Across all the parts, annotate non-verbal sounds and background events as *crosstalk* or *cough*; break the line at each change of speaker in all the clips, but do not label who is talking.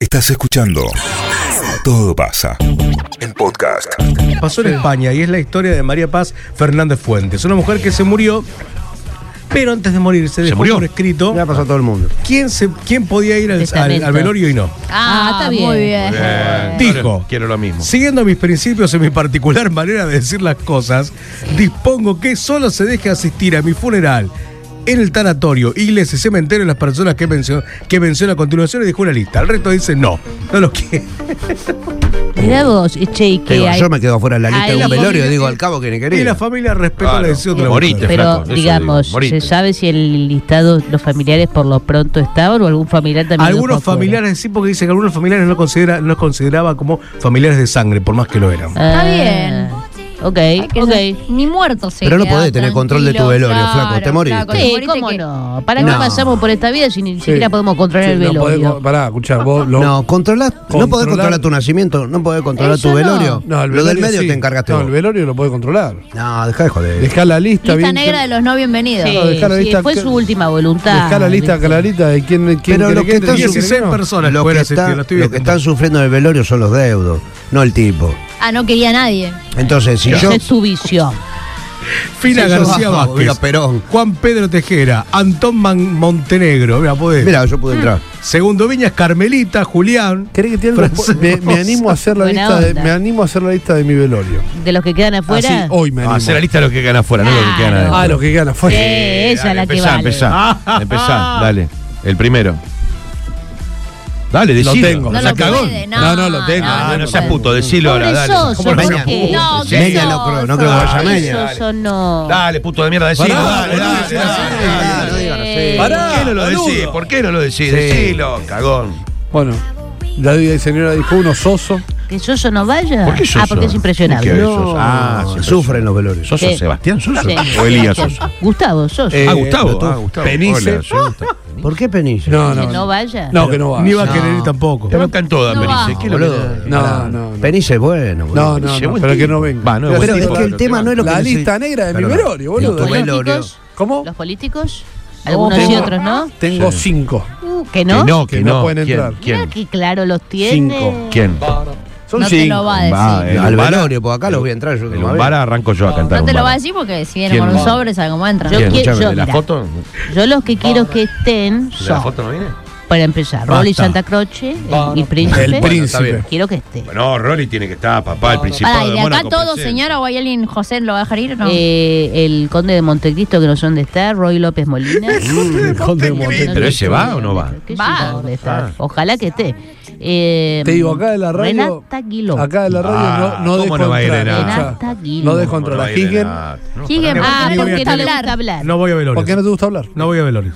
Estás escuchando Todo pasa en podcast.
Pasó en España y es la historia de María Paz Fernández Fuentes, una mujer que se murió, pero antes de morirse dejó
murió?
por escrito
Le ha pasado a todo el mundo.
quién, se, quién podía ir al, al- al velorio y no.
Ah, está bien.
Muy bien.
Dijo.
Eh, Ah, Quiero lo mismo.
Siguiendo mis principios y mi particular manera de decir las cosas, dispongo que solo se deje asistir a mi funeral en el tanatorio, iglesia y cementerio las personas que menciono, que menciono a continuación y dejo una lista. El resto dice no, no los quiero.
Mirá vos, y che, y que
Digo,
hay-
yo me quedo fuera de la lista
Ahí.
de un velorio,
Y-
digo, al cabo que me
Y
quería.
la familia respeta
Claro.
la decisión de la
Morite,
mujer.
flaco,
Pero
eso
digamos,
digo, morite.
¿se sabe si el listado los familiares por lo pronto estaban o algún familiar también?
Algunos
dejó afuera?
familiares sí, porque dice que algunos familiares no considera, no consideraba como familiares de sangre, por más que lo eran.
Ah,
Está bien.
Ok,
Hay que
ok.
ser- Ni muerto se
Pero no
queda
podés tener
tranquilo,
control de tu velorio,
claro,
flaco, te morís.
flaco,
Sí,
moriste
¿cómo
que-
no? ¿Para qué
No.
pasamos por esta vida si ni siquiera podemos controlar el
Sí, no
velorio?
podemos- pará, escuchá, vos lo-
No, controlás, no podés
Controlar-
controlar tu nacimiento, no podés controlar
Eso
tu
no.
velorio.
No, el
Lo del
velorio
medio
sí.
te encargaste
No,
vos.
el velorio lo puede controlar.
No, dejá de joder.
Dejá la lista.
Lista
bien-
negra de los no bienvenidos.
Sí,
No, dejá la
sí,
lista-
fue su última voluntad.
Dejá la lista
¿viste?
clarita de quién, quién
Pero
cree
lo que
entre
está
quién cree
16
no.
personas
Lo que,
pueden
está-
asistir, lo estoy
lo
viendo.
que están sufriendo del velorio son los deudos, no el tipo.
Ah, no quería a nadie.
Entonces, si yo.
Esa es su visión.
Fina
Sí, yo
García
bajo,
Vázquez,
diga ah, Perón.
Juan Pedro Tejera, Antón Man- Montenegro, mira, podés.
Mira, yo pude entrar.
Segundo Viñas, Carmelita, Julián.
¿Querés que te diga algo?
Francisco
me, me animo a hacer la
Buena
lista de,
onda.
me animo a hacer la lista de mi velorio.
De los que quedan afuera.
Así, hoy me
No,
animo.
hacer la lista de los que ganan afuera, no los que ganan adentro.
Ah, lo que gana fue.
Sí, esa es la que
empezá,
vale. Ah,
*laughs*
Empezá, empezá, dale. El primero. Dale, decilo.
tengo.
No
La
lo
cagón.
puede,
No, no, lo tengo.
Ah,
Ah,
no
no
seas
puedo.
puto, decilo ahora,
Pobre
dale.
soso,
¿Cómo no
¿por
seas
qué?
puto?
No,
Sí.
qué
Meña no creo, no creo que vaya
Ay,
Meña.
soso no.
Dale, puto de mierda, decilo.
Pará,
Dale,
boludo,
dale,
decilo,
dale, dale.
no digan así.
Eh,
¿Por qué no lo
boludo.
decís? ¿Por qué no lo decís? Decilo, cagón.
Bueno, la señora dijo uno soso.
Que Soso no vaya.
¿Por qué Soso?
Ah, porque es
¿Qué es
impresionable.
Soso? Ah, sí,
Sufren los velorios.
¿Soso
Sí.
Sebastián Soso?
Sí.
¿O Elías Soso?
Gustavo, Soso.
Eh,
ah, Gustavo.
Gustavo.
Ah, Gustavo.
Penice.
Hola, sí, Gustavo.
¿Por qué penilla?
No,
que
no.
no vaya.
No, que no va.
Ni va a
No.
querer ir tampoco.
Te bancan todas,
No
Penice.
va.
¿Qué es lo que-
No, no, no.
Penice es bueno,
No,
boludo.
no,
Llegó
no,
el
pero
tipo.
que no venga.
Va, no,
Pero
buen
Pero
tipo,
es que el
claro,
tema no es lo que
La
necesito.
lista negra de mi
Pero no.
velorio, boludo.
Tu
¿Los
velorio.
políticos?
¿Cómo?
¿Los políticos? Algunos
Tengo-
y otros no.
Tengo
Sí.
cinco.
Uh, ¿Que
Que
no?
no, que
Que no
no.
pueden
¿Quién?
entrar.
Mira
¿Quién?
que claro los tiene.
Cinco. ¿Quién?
Son
no te
cinco.
lo va a decir.
Va, eh.
Al
Lumbara-
velorio, porque acá los voy a entrar yo.
El
como
Umbara arranco yo a cantar.
No te lo
Umbara.
va a decir porque si viene
¿Quién
con un
va?
sobre sabe cómo entra.
Yo
¿Quién?
quiero-
Escuchame,
yo,
¿de la
mira.
foto?
Yo los que quiero que estén
¿De la
son,
foto no viene?
para empezar, Rolly Santa Croce, el- mi príncipe.
El príncipe.
bien.
Quiero que esté.
No, Rolly tiene que estar, papá, el principado
Pará, y
de
de acá
Mónaco.
todo,
presente.
señora, o hay alguien, José, lo va a dejar ir o no.
Eh, el conde de Montecristo, que no sé dónde está, Roy López Molina.
*laughs* Conde
No
Monte-
sé
¿Pero ese va
dónde
o no va?
está, qué sé
Va.
yo dónde está.
Ah.
Ojalá que esté. Eh,
Te digo, acá de la radio.
Renata Guiló.
Acá de la radio
Ah,
no, no
¿cómo
dejo
no va a ir
entrar.
Renata?
escuchá.
Renata Guiló.
No dejo
¿Cómo no
entrar
va
a
a ir de
Higgin.
nada? No,
Higgin,
pará.
Ah,
No voy
porque
a
no le
hablar.
gusta hablar.
No voy a
¿Por qué
velorios.
no te gusta hablar?
No voy a velorios.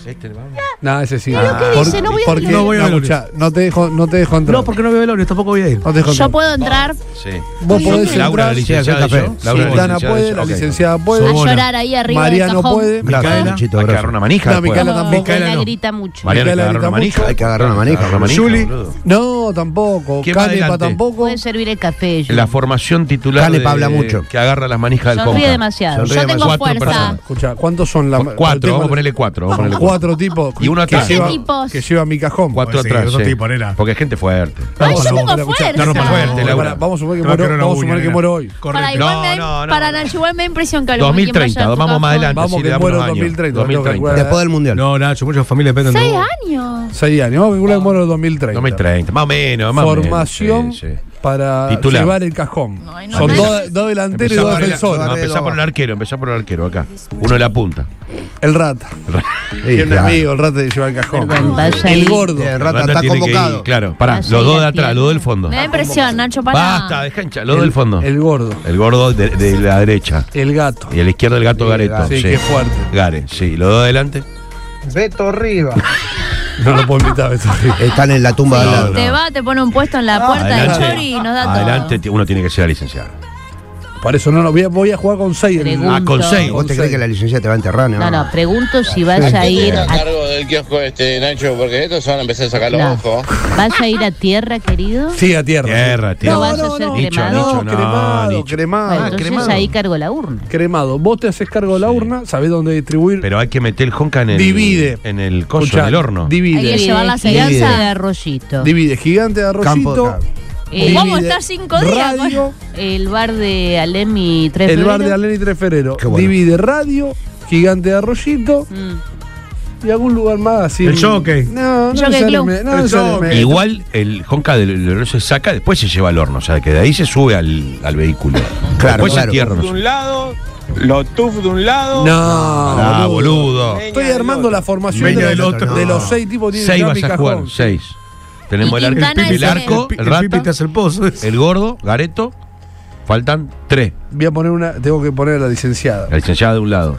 No, ese sí.
lo que
Por-
dice, no voy a
porque-
hablar. No voy a hablar.
escuchá, no te dejo, no te dejo entrar.
No, porque no veo velorios, tampoco voy a ir.
No te dejo
Yo
entrar.
puedo entrar
Sí.
Vos podés
Laura, la
entrar.
licenciada
Sí,
y yo.
sí,
Laura, la
Dana
licenciada y
puede,
yo.
la
Ok.
licenciada
a
Sobona.
puede.
llorar ahí arriba del
Mariano
cajón.
puede.
Micaela.
Gracias, Nachito,
Hay que
gracias.
agarrar una manija.
No,
después.
Micaela tampoco.
Micaela
Ella
no.
grita mucho.
Mariana, hay que
Micaela
agarrar una
grita
manija.
mucho.
Hay que agarrar una manija.
Agarrar una manija,
Juli.
boludo.
No, tampoco.
¿Quién va
Canepa
adelante?
tampoco.
Puede servir el café. yo.
La formación titular.
Canepa
de-
habla mucho.
Que agarra las manijas del
Sonríe
Conca.
demasiado.
Sonríe
Yo tengo
Cuatro
fuerza.
personas.
Escucha, Ah, ¿cuántos son la
Cu- Cuatro, vamos a ponerle cuatro. vamos a ponerle cuatro.
Cuatro tipos.
Y uno
que
atrás.
lleva-
¿Qué tipos?
Que lleva mi cajón.
Cuatro
Sí,
atrás.
otro
sí.
tipo, nena.
Porque es gente fuerte.
Ay, yo
No,
tengo
no,
fuerza.
no, no, fuerte,
Pará,
Laura.
Vamos a suponer que
Te va a
muero,
quedar una
vamos a
uña,
suponer que
nena.
muero hoy.
Para,
Correcto.
igual
No,
me da-
no, no.
para Nacho, igual me da impresión que alguien vaya
2030,
a su
vamos más
cajón.
adelante.
Vamos
sí,
que
le damos
muero
unos años.
2030, tengo que
2030.
calcular.
Después del mundial.
No, Nacho, muchas familias dependen de
Seis
vos.
años.
Seis años. Vamos a calcular que muero en el 2030.
2030, más o menos, más o menos.
Formación
Sí, sí.
para
Titular.
llevar el cajón.
Ay, no,
Son
no.
dos, dos delanteros y
Empezá
dos
por, el,
defensores.
no, empezá por el arquero, empezá por el arquero acá. Uno de la punta.
El rata. Tiene un
claro.
amigo, el rata de llevar el cajón.
Perdón, vaya ahí.
El gordo.
Bien,
El
Rata
Rata
está
tiene que ir,
convocado.
claro, pará,
Así
los dos de
la
atrás,
tiene.
los dos del fondo.
Me da impresión, Nacho, para.
Basta, deja hinchar, los dos del fondo.
El
El,
gordo.
gordo de, de la derecha.
El gato.
Y a la izquierda el gato
Sí,
Gareto.
Gareto.
Sí, qué fuerte.
Gare, sí. Los dos adelante.
Beto Riva.
No lo puedo invitar a Beto Riva.
Están en la tumba del lado.
no.
Te va, te pone un puesto en la puerta del
adelante.
Chori y nos da todo.
adelante ti- uno tiene que ser licenciado.
Por eso no, no voy, a, voy a jugar con seis. en-
Pregunto.
Ah, con seis.
¿Vos te crees que la licencia te va a enterrar?
No, no, pregunto si vas a ir
a
a,
cargo del kiosco este Nacho, porque estos van a empezar a sacar los
no.
ojos.
¿Vas a ir a tierra, querido?
Sí, a tierra.
Tierra, tierra.
No vas a ser
Nicho,
cremado.
nicho,
No,
no,
cremado,
nicho.
cremado.
Bueno,
Ah,
entonces
cremado.
ahí cargo la urna.
Cremado. Vos te haces cargo de la urna, sabés dónde distribuir.
Pero hay que meter el jonca en el.
divide.
En el coso,
Escuchá,
en el horno.
Hay que
Divide.
llevar la
Gigante
seguridad.
de arroyito.
Divide. Gigante de
Campo de
arroyito.
campo.
Eh,
¿Cómo estar cinco días?
Radio,
El bar de Alemi 3
el bar de Aleni Treferero.
Qué bueno.
Divide radio, gigante de arroyito
Mm.
y algún lugar más así.
El Jockey.
No, no
Jockey
necesariamente,
Club.
no
El
necesariamente.
Jockey.
Igual el jonca del del horno se saca, después se lleva al horno. O sea, que de ahí se sube al, al vehículo.
Claro, claro.
después se entierra. no sé.
lado, los tuf de un lado.
No,
Ah,
boludo.
boludo.
Estoy armando la formación
Meña
de,
del
los-
otro.
de
No.
los seis tipos que
Seis
tienen
vas
mi
a jugar,
cajón.
seis. Tenemos
Y
el arco,
Quintana
el,
es el-
arco, el,
el
rata,
Pipi te hace *laughs* el pozo. ese.
el gordo, Gareto. Faltan tres.
Voy a poner una, tengo que poner a la licenciada.
La licenciada de un lado.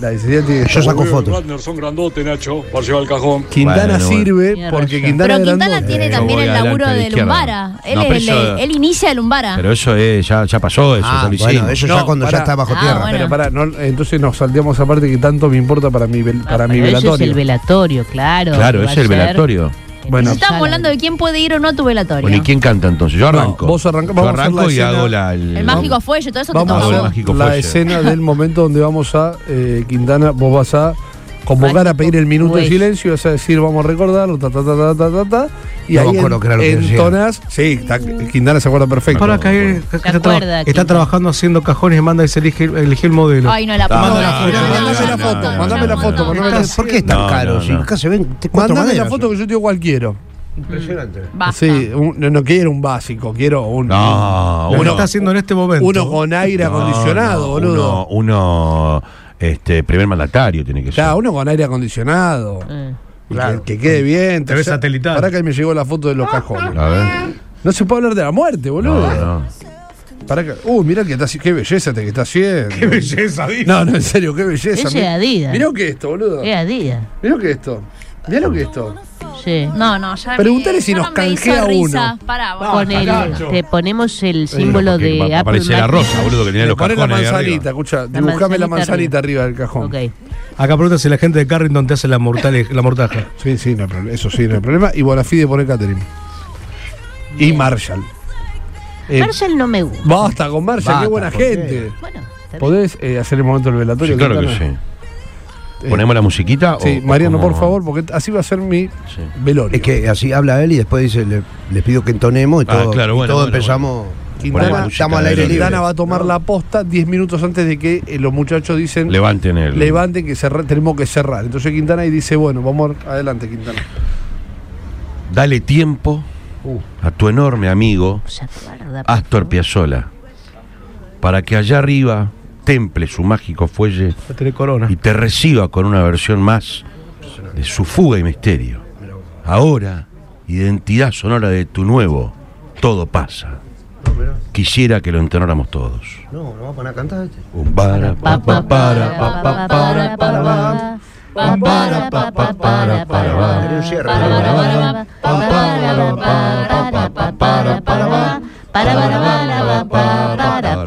La licenciada tiene que
Yo
estar.
saco fotos.
son grandote, Nacho, para llevar el cajón.
Quintana
Bueno, bueno.
sirve
Tiene
porque
razón.
Quintana
Pero
es
Quintana
grandote.
tiene
Eh,
también
voy
el
adelante
laburo
a la
de
izquierda.
Lumbara. Él,
No, pero
es el-
eso-
él inicia el Lumbara.
Pero eso es, ya, ya pasó eso,
Ah,
ya lo
bueno,
hicimos.
eso
No,
ya cuando
pará.
ya está bajo
Ah,
tierra.
bueno.
Pero pará, no, entonces nos salteamos aparte que tanto me importa para mi, vel- para mi
Eso Ah, es
velatorio.
el velatorio, claro.
Claro,
que va
es
a ser
el velatorio.
en
Bueno.
esa
Estamos
sala.
hablando de quién puede ir o no a tu velatorio.
Bueno, ¿y quién canta entonces? Yo
No,
arranco.
vos arrancá,
Yo
vamos a hacer
arranco
la
y
escena-
hago la. el-
El mágico fuelle, todo eso te
Vamos a
toca
Ah,
a
bueno,
vos.
mágico
hacer la
fue ese.
escena del momento donde vamos a, eh, Quintana, vos vas a convocar a pedir el minuto de
Pues.
silencio, vas a decir, vamos a recordarlo, ta, ta, ta, ta, ta, ta, ta, y
No
ahí
me acuerdo
en-
que era lo que decía.
entonás, sí, está- Quintana se acuerda perfecto.
Para acá, eh,
¿Se
está, traba-
acuerda,
está
Quintana?
trabajando haciendo cajones y manda y se elige, elige el modelo.
Ay, no, la
Dame
puta.
la foto,
No, no,
mandame
no,
la
no,
foto,
no,
mandame
no,
la
no,
foto,
no,
mandame
no.
la-
¿Por qué es tan
No,
caro?
no,
si
no.
acá se ven te- cuatro
Mandame la
maderas.
foto que yo te digo cuál quiero.
Impresionante.
Basta.
Sí, un- no, no quiero un básico, quiero un,
Lo
No,
que
uno.
está haciendo en este momento.
uno
*laughs*
con aire
No,
acondicionado,
no,
boludo.
Uno, uno, este, primer mandatario tiene que ser.
Claro, uno con aire acondicionado.
Eh.
Y Que, que quede bien.
Te ves
tercer-
satelital.
Pará que ahí me llegó la foto de los cajones.
A ver.
No se puede hablar de la muerte, boludo.
No, no.
Pará que. Uh, mirá que está, haci- qué belleza te que está haciendo.
Qué belleza, dice.
No, no, en serio, qué belleza.
Ese es
Mirá-
Adidas.
Mirá lo que es esto, boludo.
Es Adidas.
Mirá lo que es esto. Mirá lo que es esto.
Sí.
No, no, ya. me-
Preguntale si
ya
nos
no me hizo
canjea
risa.
uno.
Pará, vos.
Con el- te ponemos el símbolo
Porque
de
va a
Apple
aparecer la
Mac.
rosa, boludo, que tenía
Le
los
ponés la
cajones ahí arriba.
manzanita, escucha.
La
Dibujame la
manzanita
manzanita arriba del cajón.
Ok.
Eh,
Acá pregunta si la gente de Carrington te hace la, mortale- la mortaja.
Sí, sí, no hay problema. Eso sí, no hay problema. Y Bonafide pone catering. Y Marshall. Eh,
Marshall no me gusta.
Basta con Marshall, qué
Basta,
buena
¿por qué?
gente.
Bueno, está bien.
¿Podés eh, hacer el momento del velatorio?
Sí, claro que
Quintana?
sí. ¿Ponemos la musiquita? o-
Sí,
o
Mariano,
cómo?
por favor, porque así va a ser mi
Sí.
velorio.
Es que así habla él y después dice, le, les pido que entonemos y
Ah,
todo,
claro,
y
bueno,
todo
bueno,
empezamos.
Quintana-
Bueno, estamos al aire
música de
libre.
Quintana va a tomar la posta 10 minutos antes de que eh, los muchachos dicen
Levanten el.
levanten que cerra- tenemos que cerrar. Entonces Quintana y dice, bueno, vamos adelante, Quintana.
Dale tiempo
Uh.
a tu enorme amigo
Se acuerda, por
Astor
favor.
Piazzolla para que allá arriba temple su mágico fuelle
Va a tener corona.
y te reciba con una versión más de su fuga y misterio. Ahora, identidad sonora de tu nuevo, todo pasa. Quisiera que lo entonáramos todos.
No, no va a poner a cantar. este.
Un para,
Pa,
pa,
pa,
pa, para,
pa,
pa,
pa,
pa,
para, para, pa.
para, para, pa.
Pa, para, pa, pa, para, para, pa.
Era un cierre.
Para, para, para, pa, para, pa, para, pa, para, para, pa. Para, para, para, pa, para, pa, para,